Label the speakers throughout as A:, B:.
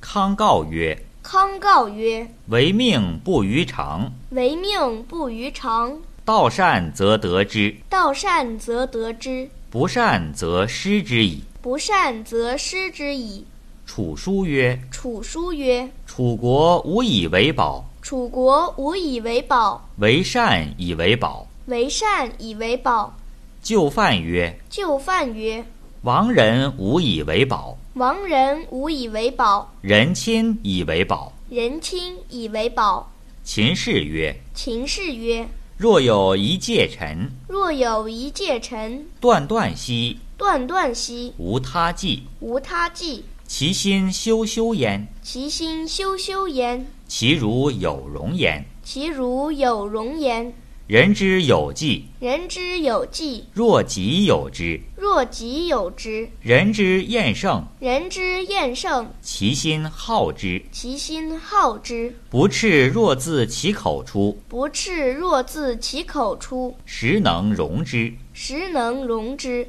A: 康诰曰
B: 康诰曰：“
A: 唯命不于常，：“
B: 唯命不于常，
A: 道善则得之，
B: 道善则得之，
A: 不善则失之矣。
B: 不善则失之矣。”
A: 楚书曰”
B: 楚书曰：“
A: 楚国无以为宝，：“
B: 楚国无以为宝，
A: 为善以为宝。
B: 为善以为宝。”
A: 就范曰”
B: 就范曰：“
A: 亡人无以为宝，：“
B: 亡人无以为宝，
A: 人亲以为宝。
B: 人亲以为宝。”
A: 秦氏曰”
B: 秦氏曰：“
A: 若有一介臣，：“
B: 若有一介臣，
A: 断断兮，
B: 断断兮，
A: 无他计，
B: 无他计，
A: 其心修修焉，
B: 其心修修焉，
A: 其如有容焉。
B: 其如有容颜。
A: 人之有计，
B: 人之有计，
A: 若己有之；
B: 若己有之。
A: 人之厌胜，
B: 人之厌胜，
A: 其心好之。
B: 其心好之，
A: 不赤若自其口出，
B: 不赤若自其口出，
A: 实能容之。
B: 实能容之，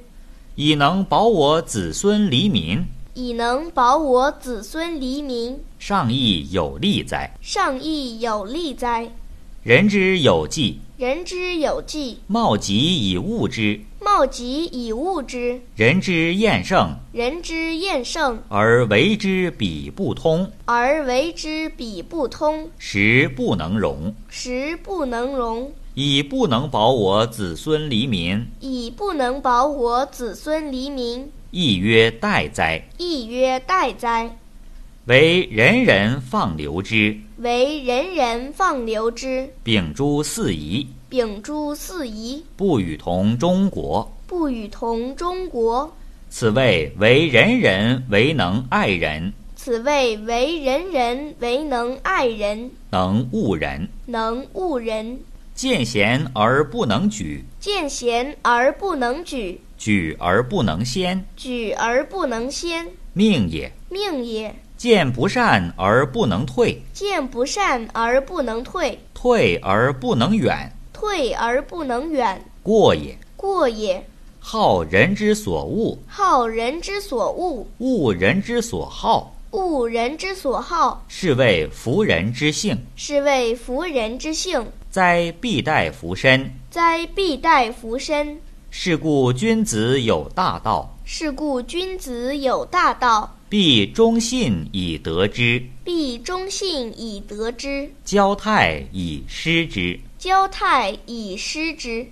A: 以能保我子孙黎民，
B: 以能保我子孙黎民。
A: 上亦有利哉。
B: 上亦有利哉！
A: 人之有计，
B: 人之有计，
A: 貌己以物之；
B: 貌己以物之。
A: 人之厌胜，
B: 人之厌胜，
A: 而为之彼不通，
B: 而为之彼不通，
A: 实不能容。
B: 实不能容，
A: 以不能保我子孙黎民，
B: 以不能保我子孙黎民。
A: 亦曰殆哉。
B: 亦曰殆哉！
A: 为人人放流之，
B: 为人人放流之，
A: 秉诸四夷，
B: 秉诸四夷，
A: 不与同中国。
B: 不与同中国。
A: 此谓为人人为能爱人，
B: 此谓为人人为能爱人，
A: 能恶人。
B: 能恶人。
A: 见贤而不能举，
B: 见贤而不能举，
A: 举而不能先，
B: 举而不能先，
A: 命也；
B: 命也；
A: 见不善而不能退，
B: 见不善而不能退，
A: 退而不能远，
B: 退而不能远，
A: 过也。
B: 过也。
A: 好人之所恶，
B: 好人之所恶，
A: 恶人之所好，
B: 恶人之所好，
A: 是谓夫人之性。
B: 是谓夫人之性。
A: 灾必待福身。
B: 灾必待福身。
A: 是故君子有大道，
B: 是故君子有大道，
A: 必忠信以得之，
B: 必忠信以得之，
A: 交态以失之。
B: 交态以失之。